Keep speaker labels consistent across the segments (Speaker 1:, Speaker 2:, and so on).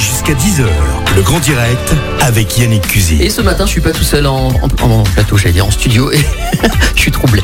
Speaker 1: jusqu'à 10h. Le grand direct avec Yannick Cusy.
Speaker 2: Et ce matin, je suis pas tout seul en, en- en plateau, j'allais dire en studio, et je suis troublé.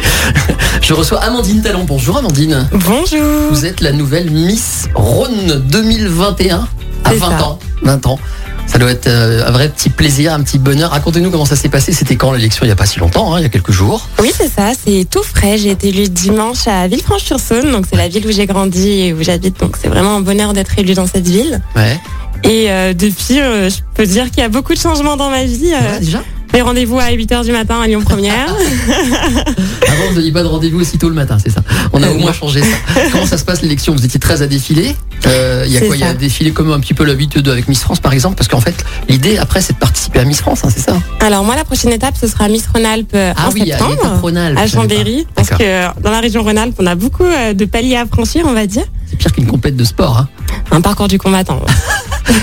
Speaker 2: Je reçois Amandine Talon. Bonjour Amandine.
Speaker 3: Bonjour.
Speaker 2: Vous êtes la nouvelle Miss Rhône 2021 à
Speaker 3: C'est
Speaker 2: 20
Speaker 3: ça.
Speaker 2: ans. 20 ans. Ça doit être euh, un vrai petit plaisir, un petit bonheur. Racontez-nous comment ça s'est passé. C'était quand l'élection Il n'y a pas si longtemps, hein, il y a quelques jours.
Speaker 3: Oui, c'est ça, c'est tout frais. J'ai été élue dimanche à Villefranche-sur-Saône, donc c'est la ville où j'ai grandi et où j'habite, donc c'est vraiment un bonheur d'être élue dans cette ville.
Speaker 2: Ouais.
Speaker 3: Et euh, depuis, euh, je peux dire qu'il y a beaucoup de changements dans ma vie. Euh,
Speaker 2: Voilà, déjà
Speaker 3: mes rendez-vous à 8h du matin à Lyon Première.
Speaker 2: Avant, vous n'aviez pas de rendez-vous aussi tôt le matin, c'est ça. On a
Speaker 3: Euh,
Speaker 2: au moins changé ça. Comment ça se passe l'élection Vous étiez 13 à défiler. Euh, Il y a
Speaker 3: C'est
Speaker 2: quoi Il y a
Speaker 3: ça.
Speaker 2: défilé comme un petit peu l'habitude avec Miss France, par exemple Parce qu'en fait, l'idée après, c'est de participer à Miss France, hein, c'est ça
Speaker 3: Alors moi, la prochaine étape, ce sera Miss Rhône-Alpes euh,
Speaker 2: Ah
Speaker 3: en
Speaker 2: oui, à l'étape
Speaker 3: septembre.
Speaker 2: Rhône-Alpes,
Speaker 3: À
Speaker 2: je savais pas.
Speaker 3: Chambéry, parce
Speaker 2: D'accord.
Speaker 3: que euh, dans la région Rhône-Alpes, on a beaucoup euh, de paliers à franchir, on va dire.
Speaker 2: C'est pire qu'une complète de sport. Hein.
Speaker 3: Un parcours du combattant.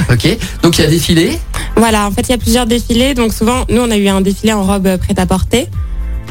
Speaker 2: Ok. Donc il y a défilé.
Speaker 3: Voilà, en fait, il y a plusieurs défilés. Donc souvent, nous, on a eu un défilé en robe euh, prête-à-porter.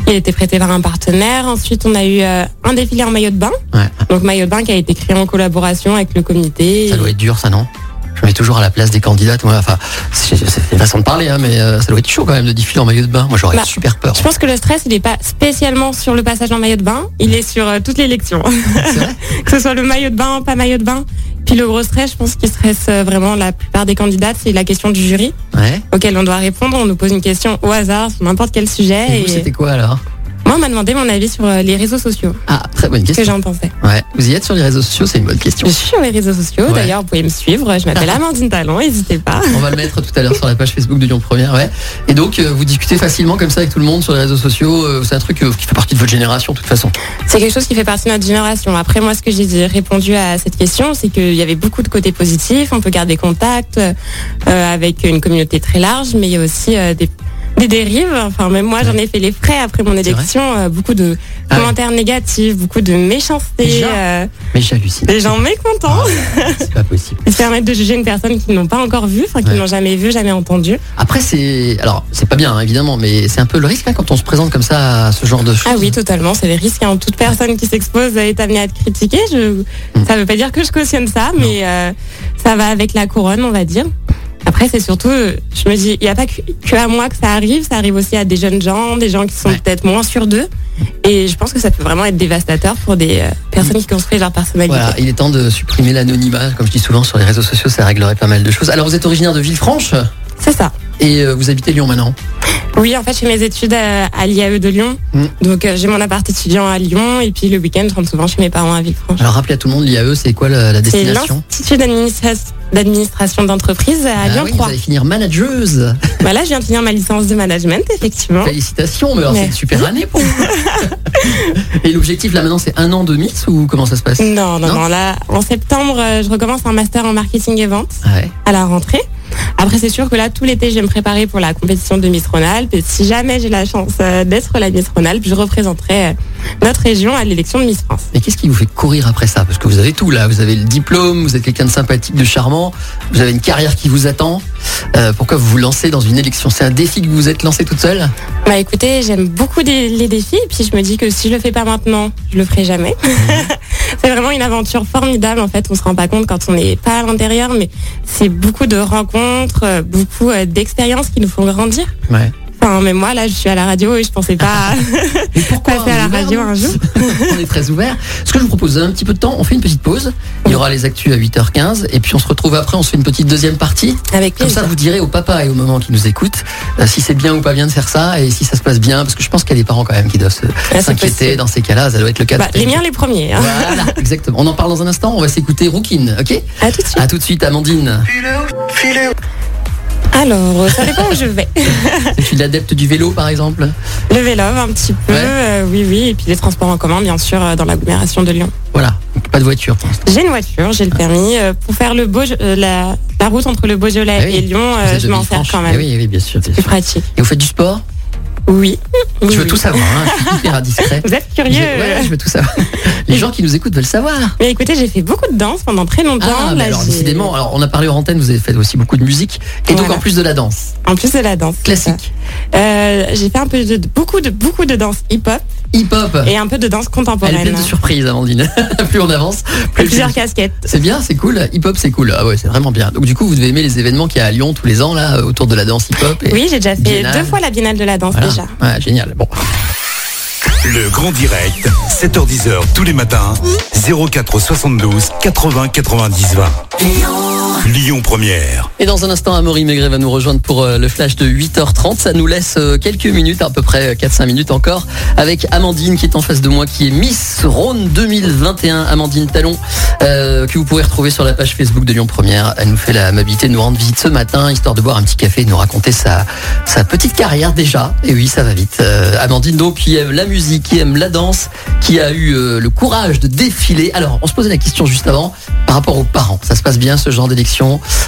Speaker 3: Il a été prêté par un partenaire. Ensuite, on a eu euh, un défilé en maillot de bain.
Speaker 2: Ouais.
Speaker 3: Donc maillot de bain qui a été créé en collaboration avec le comité.
Speaker 2: Ça doit être dur, ça non Je me mets toujours à la place des candidates. moi. Enfin, c'est c'est une façon de parler, hein, mais euh, ça doit être chaud quand même de défiler en maillot de bain. Moi, j'aurais
Speaker 3: Bah,
Speaker 2: super peur.
Speaker 3: Je pense que le stress, il n'est pas spécialement sur le passage en maillot de bain. Il est sur euh, toutes les lections.
Speaker 2: C'est vrai
Speaker 3: que ce soit le maillot de bain, pas maillot de bain. Puis le gros stress, je pense qu'il stresse euh, vraiment la plupart des candidates, c'est la question du jury
Speaker 2: Ouais.
Speaker 3: auquel on doit répondre. On nous pose une question au hasard sur n'importe quel sujet.
Speaker 2: Et vous,
Speaker 3: et-
Speaker 2: c'était quoi alors
Speaker 3: Moi, on m'a demandé mon avis sur euh, les réseaux sociaux,
Speaker 2: Ah, très bonne
Speaker 3: ce que
Speaker 2: question.
Speaker 3: j'en pensais.
Speaker 2: Ouais. Vous y êtes sur les réseaux sociaux C'est une bonne question.
Speaker 3: Je suis sur les réseaux sociaux,
Speaker 2: Ouais.
Speaker 3: d'ailleurs, vous pouvez me suivre. Je m'appelle Amandine Talon, n'hésitez pas.
Speaker 2: On va le mettre tout à l'heure sur la page Facebook de Lyon Première, ouais. Et donc, euh, vous discutez facilement comme ça avec tout le monde sur les réseaux sociaux. euh, c'est un truc euh, qui fait partie de votre génération, de toute façon.
Speaker 3: C'est quelque chose qui fait partie de notre génération. Après, moi, ce que j'ai dit- répondu à cette question, c'est qu'il y avait beaucoup de côtés positifs. On peut garder contact euh, avec une communauté très large, mais il y a aussi euh, des, des dérives. Enfin, même moi, j'en ai fait les frais après mon
Speaker 2: vrai
Speaker 3: élection. Euh, beaucoup de
Speaker 2: Ah ouais.
Speaker 3: commentaires négatifs, beaucoup de méchanceté.
Speaker 2: Déjà Ah
Speaker 3: euh,
Speaker 2: Mais j'hallucine.
Speaker 3: des gens mécontents.
Speaker 2: C'est pas possible.
Speaker 3: Ils se permettent de juger une personne qu'ils n'ont pas encore vue, enfin, qu'ils
Speaker 2: Ouais.
Speaker 3: n'ont jamais vue, jamais entendue.
Speaker 2: Après, c'est. Alors, c'est pas bien, hein, évidemment, mais c'est un peu le risque hein, quand on se présente comme ça à ce genre de choses.
Speaker 3: Ah oui, totalement. C'est des risques. hein. Toute personne qui s'expose est amenée à être critiquée. Je...
Speaker 2: Hmm.
Speaker 3: Ça ne veut pas dire que je cautionne ça, mais euh, ça va avec la couronne, on va dire. Après, c'est surtout, euh, je me dis, il n'y a pas que, que à moi que ça arrive. Ça arrive aussi à des jeunes gens, des gens qui sont
Speaker 2: Ouais.
Speaker 3: peut-être moins sûrs d'eux. Et je pense que ça peut vraiment être dévastateur pour des euh, personnes qui construisent leur personnalité.
Speaker 2: Voilà, il est temps de supprimer l'anonymat. Comme je dis souvent sur les réseaux sociaux, ça réglerait pas mal de choses. Alors, vous êtes originaire de Villefranche
Speaker 3: C'est ça.
Speaker 2: et euh, vous habitez Lyon maintenant.
Speaker 3: Oui, en fait, je fais mes études euh, à l'IAE de Lyon.
Speaker 2: Mm.
Speaker 3: Donc, euh, j'ai mon appart étudiant à Lyon. Et puis, le week-end, je rentre souvent chez mes parents à Villefranche.
Speaker 2: Alors, rappelez à tout le monde, l'IAE, c'est quoi la, la
Speaker 3: C'est
Speaker 2: destination
Speaker 3: l'Institut d'administra- d'administration d'entreprise à
Speaker 2: Ah
Speaker 3: Lyon
Speaker 2: oui, vous
Speaker 3: 3.
Speaker 2: allez finir manageuse.
Speaker 3: Voilà, je viens de finir ma licence de management, effectivement.
Speaker 2: Félicitations, mais alors c'est une
Speaker 3: Merci.
Speaker 2: super année pour vous. Et l'objectif là maintenant, c'est un an de Miss ou comment ça se passe
Speaker 3: Non, non,
Speaker 2: Non
Speaker 3: non, là, en septembre, euh, je recommence un master en marketing et vente
Speaker 2: Ah Ouais.
Speaker 3: à la rentrée. Après, c'est sûr que là, tout l'été, je vais me préparer pour la compétition de Miss Rhône-Alpes. Et si jamais j'ai la chance euh, d'être la Miss Rhône-Alpes, je représenterai euh, notre région à l'élection de Miss France.
Speaker 2: Mais qu'est-ce qui vous fait courir après ça Parce que vous avez tout là, vous avez le diplôme, vous êtes quelqu'un de sympathique, de charmant, vous avez une carrière qui vous attend. Euh, pourquoi vous vous lancez dans une élection C'est un défi que vous vous êtes lancé toute seule
Speaker 3: Bah écoutez, j'aime beaucoup des- les défis. Et puis, je me dis que si je le fais pas maintenant, je le ferai jamais.
Speaker 2: Mhm.
Speaker 3: c'est vraiment une aventure formidable. En fait, on se rend pas compte quand on n'est pas à l'intérieur, mais c'est beaucoup de rencontres, euh, beaucoup euh, d'expériences qui nous font grandir.
Speaker 2: Ouais.
Speaker 3: Enfin, mais moi, là, je suis à la radio et je pensais pas.
Speaker 2: Mais pourquoi
Speaker 3: Passer à la
Speaker 2: on est
Speaker 3: radio
Speaker 2: ouvert,
Speaker 3: un
Speaker 2: nous
Speaker 3: jour.
Speaker 2: On est très ouvert. Ce que je vous propose, vous avez un petit peu de temps, on fait une petite pause. Il y aura les actus à 8h15 et puis on se retrouve après, on se fait une petite deuxième partie.
Speaker 3: Avec
Speaker 2: Comme ça,
Speaker 3: plaisir.
Speaker 2: vous direz au papa et au maman qui nous écoutent euh, si c'est bien ou pas bien de faire ça et si ça se passe bien, parce que je pense qu'il y a des parents quand même qui doivent se-
Speaker 3: c'est
Speaker 2: s'inquiéter
Speaker 3: possible.
Speaker 2: dans ces cas-là. Ça doit être le cas. de
Speaker 3: Bah, les miens, les premiers. hein.
Speaker 2: Voilà, exactement. On en parle dans un instant. On va s'écouter Rookin, ok
Speaker 3: À tout de suite.
Speaker 2: À tout de suite, Amandine.
Speaker 3: Alors, euh, ça dépend où je vais.
Speaker 2: Je suis l'adepte du vélo, par exemple.
Speaker 3: Le vélo, un petit peu.
Speaker 2: Ouais.
Speaker 3: euh, oui, oui. Et puis les transports en commun, bien sûr, euh, dans l'agglomération de Lyon.
Speaker 2: Voilà, Donc, pas de voiture pour l'instant.
Speaker 3: J'ai une voiture, j'ai le permis. euh, pour faire le Beauje- euh, la, la route entre le Beaujolais
Speaker 2: Ah oui,
Speaker 3: et Lyon, euh,
Speaker 2: Vous êtes
Speaker 3: je
Speaker 2: de
Speaker 3: m'en sers
Speaker 2: Villefranche.
Speaker 3: quand
Speaker 2: Eh
Speaker 3: même.
Speaker 2: Oui, oui, bien sûr. bien
Speaker 3: C'est
Speaker 2: sûr.
Speaker 3: pratique.
Speaker 2: Et vous faites du sport
Speaker 3: Oui.
Speaker 2: Je
Speaker 3: Oui,
Speaker 2: veux
Speaker 3: oui.
Speaker 2: tout savoir. Hein. Je suis hyper indiscret.
Speaker 3: Vous êtes
Speaker 2: Je-
Speaker 3: curieux.
Speaker 2: ouais, je veux tout savoir. Les gens qui nous écoutent veulent savoir.
Speaker 3: Mais écoutez, j'ai fait beaucoup de danse pendant très longtemps.
Speaker 2: Ah, mais
Speaker 3: Là,
Speaker 2: alors
Speaker 3: bah, j'ai-
Speaker 2: décidément, alors on a parlé en antenne, vous avez fait aussi beaucoup de musique et donc
Speaker 3: Voilà.
Speaker 2: en plus de la danse
Speaker 3: En plus de la danse. c'est
Speaker 2: classique,
Speaker 3: ça. Euh, j'ai fait un peu de beaucoup de beaucoup de danse hip-hop
Speaker 2: hip-hop.
Speaker 3: et un peu de danse
Speaker 2: Elle est
Speaker 3: contemporaine.
Speaker 2: pleine Ah, de surprises, Amandine. plus on avance, plus
Speaker 3: Plusieurs casquettes.
Speaker 2: C'est bien, c'est cool. Hip-hop, c'est cool. Ah ouais, c'est vraiment bien. Donc du coup, vous devez aimer les événements qu'il y a à Lyon tous les ans là autour de la danse hip-hop. et-
Speaker 3: Oui, j'ai déjà fait
Speaker 2: Biennale.
Speaker 3: deux fois la biennale de la danse
Speaker 2: Voilà.
Speaker 3: déjà.
Speaker 2: Ouais, génial. Bon.
Speaker 1: Le grand direct, 7h10h tous les matins, 04 72 80 90 20. Lyon Première.
Speaker 2: Et dans un instant, Amaury Maigret va nous rejoindre pour euh, le flash de 8h30. Ça nous laisse euh, quelques minutes, à peu près euh, 4-5 minutes encore, avec Amandine qui est en face de moi, qui est Miss Rhône 2021. Amandine Talon, euh, que vous pouvez retrouver sur la page Facebook de Lyon Première. Elle nous fait l'amabilité de nous rendre visite ce matin, histoire de boire un petit café et de nous raconter sa, sa petite carrière déjà. Et oui, ça va vite. Euh, Amandine, donc, qui aime la musique, qui aime la danse, qui a eu euh, le courage de défiler. Alors, on se posait la question juste avant par rapport aux parents. Ça se passe bien ce genre d'élection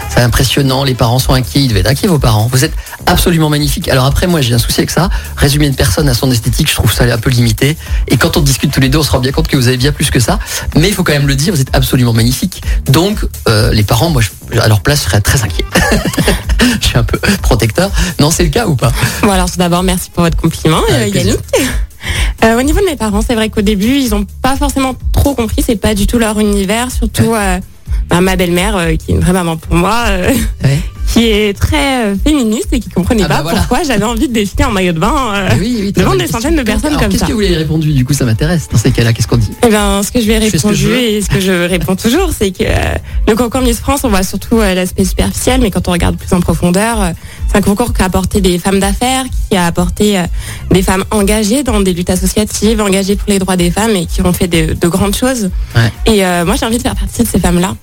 Speaker 2: C'est impressionnant, les parents sont inquiets, ils devaient être inquiets vos parents. Vous êtes absolument magnifique. Alors après, moi j'ai un souci avec ça. Résumer une personne à son esthétique, je trouve ça un peu limité. Et quand on discute tous les deux, on se rend bien compte que vous avez bien plus que ça. Mais il faut quand même le dire, vous êtes absolument magnifique. Donc euh, les parents, moi je- à leur place, je serais très inquiet. je suis un peu protecteur. Non, c'est le cas ou pas
Speaker 3: Bon alors tout d'abord merci pour votre compliment euh,
Speaker 2: Avec plaisir.
Speaker 3: Yannick. Euh, au niveau de mes parents, c'est vrai qu'au début, ils n'ont pas forcément trop compris, c'est pas du tout leur univers, surtout euh, bah, ma belle-mère, euh, qui est une vraie maman pour moi, euh,
Speaker 2: Ouais.
Speaker 3: qui est très euh, féministe et qui comprenait
Speaker 2: Ah bah
Speaker 3: pas
Speaker 2: voilà.
Speaker 3: pourquoi j'avais envie de défiler en maillot de bain. euh.
Speaker 2: Ah Oui, oui, t'as
Speaker 3: Devant
Speaker 2: une
Speaker 3: des
Speaker 2: question.
Speaker 3: centaines de personnes
Speaker 2: Alors,
Speaker 3: comme
Speaker 2: Qu'est-ce
Speaker 3: ça.
Speaker 2: que vous lui avez répondu Du coup, ça m'intéresse. Dans ces cas-là, qu'est-ce qu'on dit
Speaker 3: Eh ben, ce que je lui ai
Speaker 2: Je fais ce que je
Speaker 3: répondu
Speaker 2: veux.
Speaker 3: et ce que je réponds toujours, c'est que euh, le concours Miss France, on voit surtout euh, l'aspect superficiel, mais quand on regarde plus en profondeur, euh, c'est un concours qui a apporté des femmes d'affaires, qui a apporté euh, des femmes engagées dans des luttes associatives, engagées pour les droits des femmes et qui ont fait de, de grandes choses.
Speaker 2: Ouais.
Speaker 3: Et euh, moi, j'ai envie de faire partie de ces femmes-là.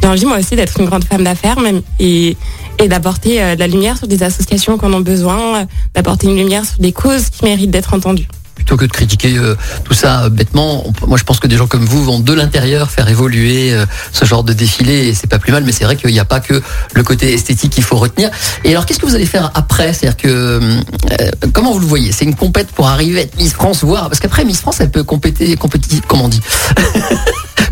Speaker 3: J'ai envie, moi aussi, d'être une grande femme d'affaires même et, et d'apporter euh, de la lumière sur des associations qu'on en a besoin, euh, d'apporter une lumière sur des causes qui méritent d'être entendues.
Speaker 2: plutôt que de critiquer euh, tout ça euh, bêtement, on peut- moi je pense que des gens comme vous vont de l'intérieur faire évoluer euh, ce genre de défilé et c'est pas plus mal, mais c'est vrai qu'il n'y a pas que le côté esthétique qu'il faut retenir. Et alors qu'est-ce que vous allez faire après C'est-à-dire que euh, euh, comment vous le voyez C'est une compète pour arriver à être Miss France, voire parce qu'après Miss France elle peut compéter, compéti, comment on dit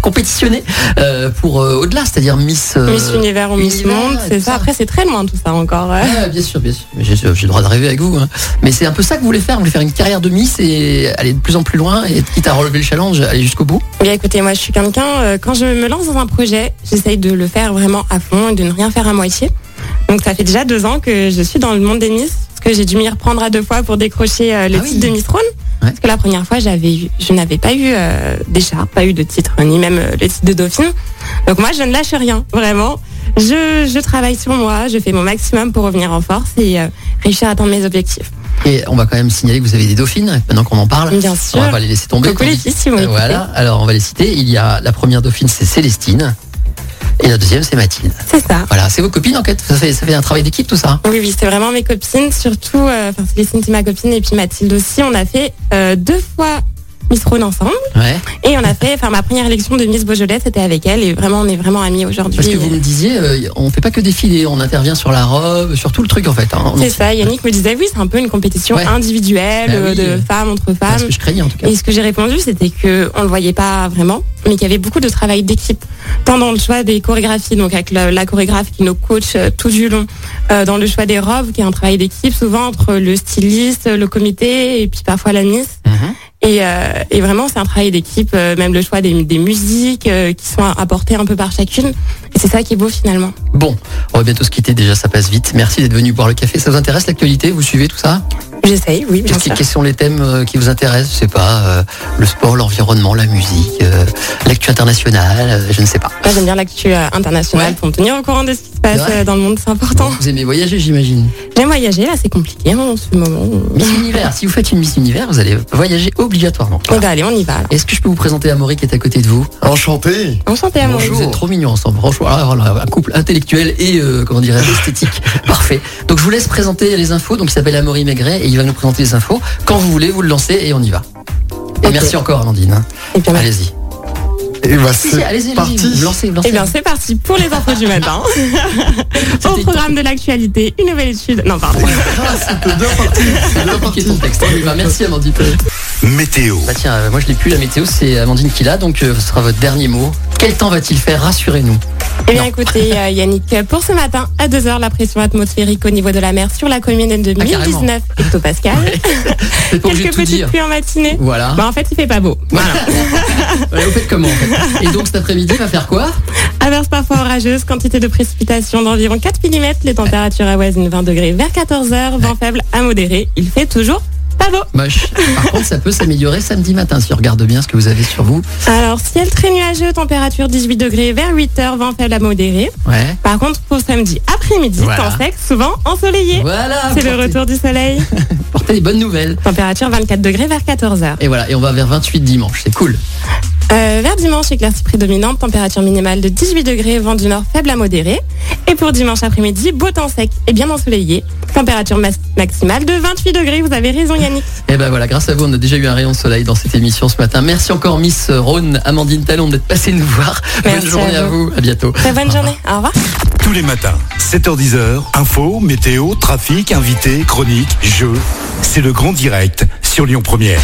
Speaker 2: compétitionner euh, pour euh, au-delà, c'est-à-dire Miss. euh,
Speaker 3: Miss Univers ou Miss
Speaker 2: Univers,
Speaker 3: Monde,
Speaker 2: et
Speaker 3: c'est
Speaker 2: tout
Speaker 3: ça.
Speaker 2: ça.
Speaker 3: Après, c'est très loin tout ça encore. euh.
Speaker 2: Ah, bien sûr, bien sûr. Mais J'ai j'ai le droit de rêver avec vous. hein. Mais c'est un peu ça que vous voulez faire. Vous voulez faire une carrière de Miss et aller de plus en plus loin et quitte à relever le challenge, aller jusqu'au bout.
Speaker 3: Bien écoutez, moi je suis quelqu'un, euh, quand je me lance dans un projet, j'essaye de le faire vraiment à fond et de ne rien faire à moitié. Donc ça fait déjà deux ans que je suis dans le monde des Miss, parce que j'ai dû m'y reprendre à deux fois pour décrocher euh, le
Speaker 2: Ah oui.
Speaker 3: titre de Miss Rhône. Parce que la première fois, j'avais eu- je n'avais pas eu euh, d'écharpe, pas eu de titre, ni même euh, le titre de Dauphine. Donc moi, je ne lâche rien, vraiment. Je, je travaille sur moi, je fais mon maximum pour revenir en force et euh, réussir à atteindre mes objectifs.
Speaker 2: Et on va quand même signaler que vous avez des dauphines. Maintenant qu'on en parle,
Speaker 3: Bien
Speaker 2: on
Speaker 3: sûr.
Speaker 2: va pas les laisser tomber.
Speaker 3: Coucou les filles, si vous
Speaker 2: Euh,
Speaker 3: m'écoutez.
Speaker 2: voilà. Alors on va les citer. Il y a la première dauphine, c'est Célestine. Et la deuxième, c'est Mathilde.
Speaker 3: C'est ça.
Speaker 2: Voilà, c'est vos copines en fait. Ça fait, ça fait un travail d'équipe tout ça.
Speaker 3: Oui, oui, c'est vraiment mes copines, surtout, euh, enfin, Célestine, c'est ma copine, et puis Mathilde aussi. On a fait euh, deux fois Miss Rhône ensemble,
Speaker 2: Ouais.
Speaker 3: et on a fait, enfin, ma première élection de Miss Beaujolais, c'était avec elle, et vraiment, on est vraiment amis aujourd'hui.
Speaker 2: Parce que vous me disiez, euh, on fait pas que défiler, on intervient sur la robe, sur tout le truc en fait. hein.
Speaker 3: C'est ça, Yannick me disait, oui, c'est un peu une compétition
Speaker 2: Ouais.
Speaker 3: individuelle,
Speaker 2: Bah oui.
Speaker 3: euh, de femmes entre
Speaker 2: C'est ce
Speaker 3: femmes.
Speaker 2: que je craignais en tout cas.
Speaker 3: Et ce que j'ai répondu, c'était que on le voyait pas vraiment, mais qu'il y avait beaucoup de travail d'équipe, tant dans le choix des chorégraphies, donc avec la, la chorégraphe qui nous coach euh, tout du long, euh, dans le choix des robes, qui est un travail d'équipe, souvent entre le styliste, le comité, et puis parfois la miss.
Speaker 2: Mhm.
Speaker 3: Et, euh, et vraiment, c'est un travail d'équipe, euh, même le choix des, des musiques euh, qui sont apportées un peu par chacune. Et c'est ça qui est beau finalement.
Speaker 2: Bon, on va bientôt se quitter, déjà ça passe vite. Merci d'être venu boire le café. Ça vous intéresse l'actualité Vous suivez tout ça
Speaker 3: J'essaye, oui, bien
Speaker 2: Qu'est-ce qui-
Speaker 3: sûr.
Speaker 2: Quels sont les thèmes euh, qui vous intéressent Je sais pas, euh, le sport, l'environnement, la musique, euh, l'actu internationale, euh, je ne sais pas.
Speaker 3: Moi, j'aime bien l'actu euh, internationale
Speaker 2: Ouais.
Speaker 3: pour me tenir au courant de ce qui se
Speaker 2: C'est
Speaker 3: passe
Speaker 2: vrai
Speaker 3: euh, dans le monde, c'est important.
Speaker 2: Vous aimez voyager, j'imagine.
Speaker 3: J'aime voyager, là, c'est compliqué hein, en ce moment.
Speaker 2: Miss Univers, si vous faites une Miss Univers, vous allez voyager obligatoirement.
Speaker 3: On
Speaker 2: Voilà.
Speaker 3: va aller, on y va. alors.
Speaker 2: Est-ce que je peux vous présenter Amaury qui est à côté de vous
Speaker 4: Enchanté
Speaker 3: Enchanté à
Speaker 2: Vous êtes trop mignons ensemble. Franchement, alors, voilà, un couple intellectuel et euh, comment dirais esthétique. Parfait. Donc je vous laisse présenter les infos. Donc il s'appelle Amaury Maigret et il va nous présenter les infos. Quand vous voulez, vous le lancez et on y va. Et
Speaker 3: Ok.
Speaker 2: merci encore, Amandine. hein.
Speaker 3: Et Eh bien,
Speaker 2: Allez-y.
Speaker 4: Et bah
Speaker 2: Si, si, allez-y,
Speaker 4: c'est
Speaker 2: allez-y.
Speaker 4: parti
Speaker 2: Vous lancez, vous
Speaker 3: eh
Speaker 2: lancez.
Speaker 3: bien, c'est parti pour les infos du matin.
Speaker 2: C'était
Speaker 3: Au au programme de l'actualité, une nouvelle étude. Non, pardon.
Speaker 4: C'est bien parti. C'est
Speaker 2: Compliqué
Speaker 4: bien parti.
Speaker 2: ton texte. Eh ben, merci Amandine.
Speaker 1: Météo.
Speaker 2: Bah tiens, euh, moi je l'ai plus la météo, c'est Amandine qui l'a, donc euh, ce sera votre dernier mot. Quel temps va-t-il faire Rassurez-nous.
Speaker 3: Eh bien, écoutez, euh, Yannick, pour ce matin, à 2h, la pression atmosphérique au niveau de la mer sur la commune est de
Speaker 2: Ah, carrément.
Speaker 3: 1019 hectopascal.
Speaker 2: C'est pas obligé de
Speaker 3: Quelques
Speaker 2: tout
Speaker 3: petites
Speaker 2: dire.
Speaker 3: pluies en matinée.
Speaker 2: Voilà.
Speaker 3: Bah, en fait, il fait pas beau.
Speaker 2: Voilà. Ouais, vous faites comment en fait Et donc cet après-midi, va faire quoi
Speaker 3: Averse parfois orageuse, quantité de précipitations d'environ 4 mm, les températures avoisinent 20 degrés vers 14h, vent faible à modéré. Il fait toujours pas beau.
Speaker 2: Moche. Par contre, ça peut s'améliorer samedi matin si on regarde bien ce que vous avez sur vous.
Speaker 3: Alors, ciel très nuageux, température 18 degrés vers 8h, vent faible à modéré.
Speaker 2: Ouais.
Speaker 3: Par contre, pour samedi après-midi,
Speaker 2: Voilà.
Speaker 3: temps sec, souvent ensoleillé.
Speaker 2: Voilà.
Speaker 3: C'est le
Speaker 2: portez-
Speaker 3: retour du soleil.
Speaker 2: Portez les bonnes nouvelles.
Speaker 3: Température 24 degrés vers 14h.
Speaker 2: Et voilà, et on va vers 28 dimanche, c'est cool.
Speaker 3: Euh, vers dimanche, éclaircie prédominante, température minimale de 18 degrés, vent du nord faible à modéré. Et pour dimanche après-midi, beau temps sec et bien ensoleillé. Température mas- maximale de 28 degrés, vous avez raison Yannick.
Speaker 2: Et ben voilà, grâce à vous, on a déjà eu un rayon de soleil dans cette émission ce matin. Merci encore Miss Rhône, Amandine Talon d'être passée nous voir.
Speaker 3: Merci
Speaker 2: Bonne journée
Speaker 3: à
Speaker 2: à vous, à bientôt.
Speaker 3: Très bonne journée, au revoir.
Speaker 1: Tous les matins, 7h10h, info, météo, trafic, invités, chroniques, jeux. C'est le grand direct sur Lyon Première.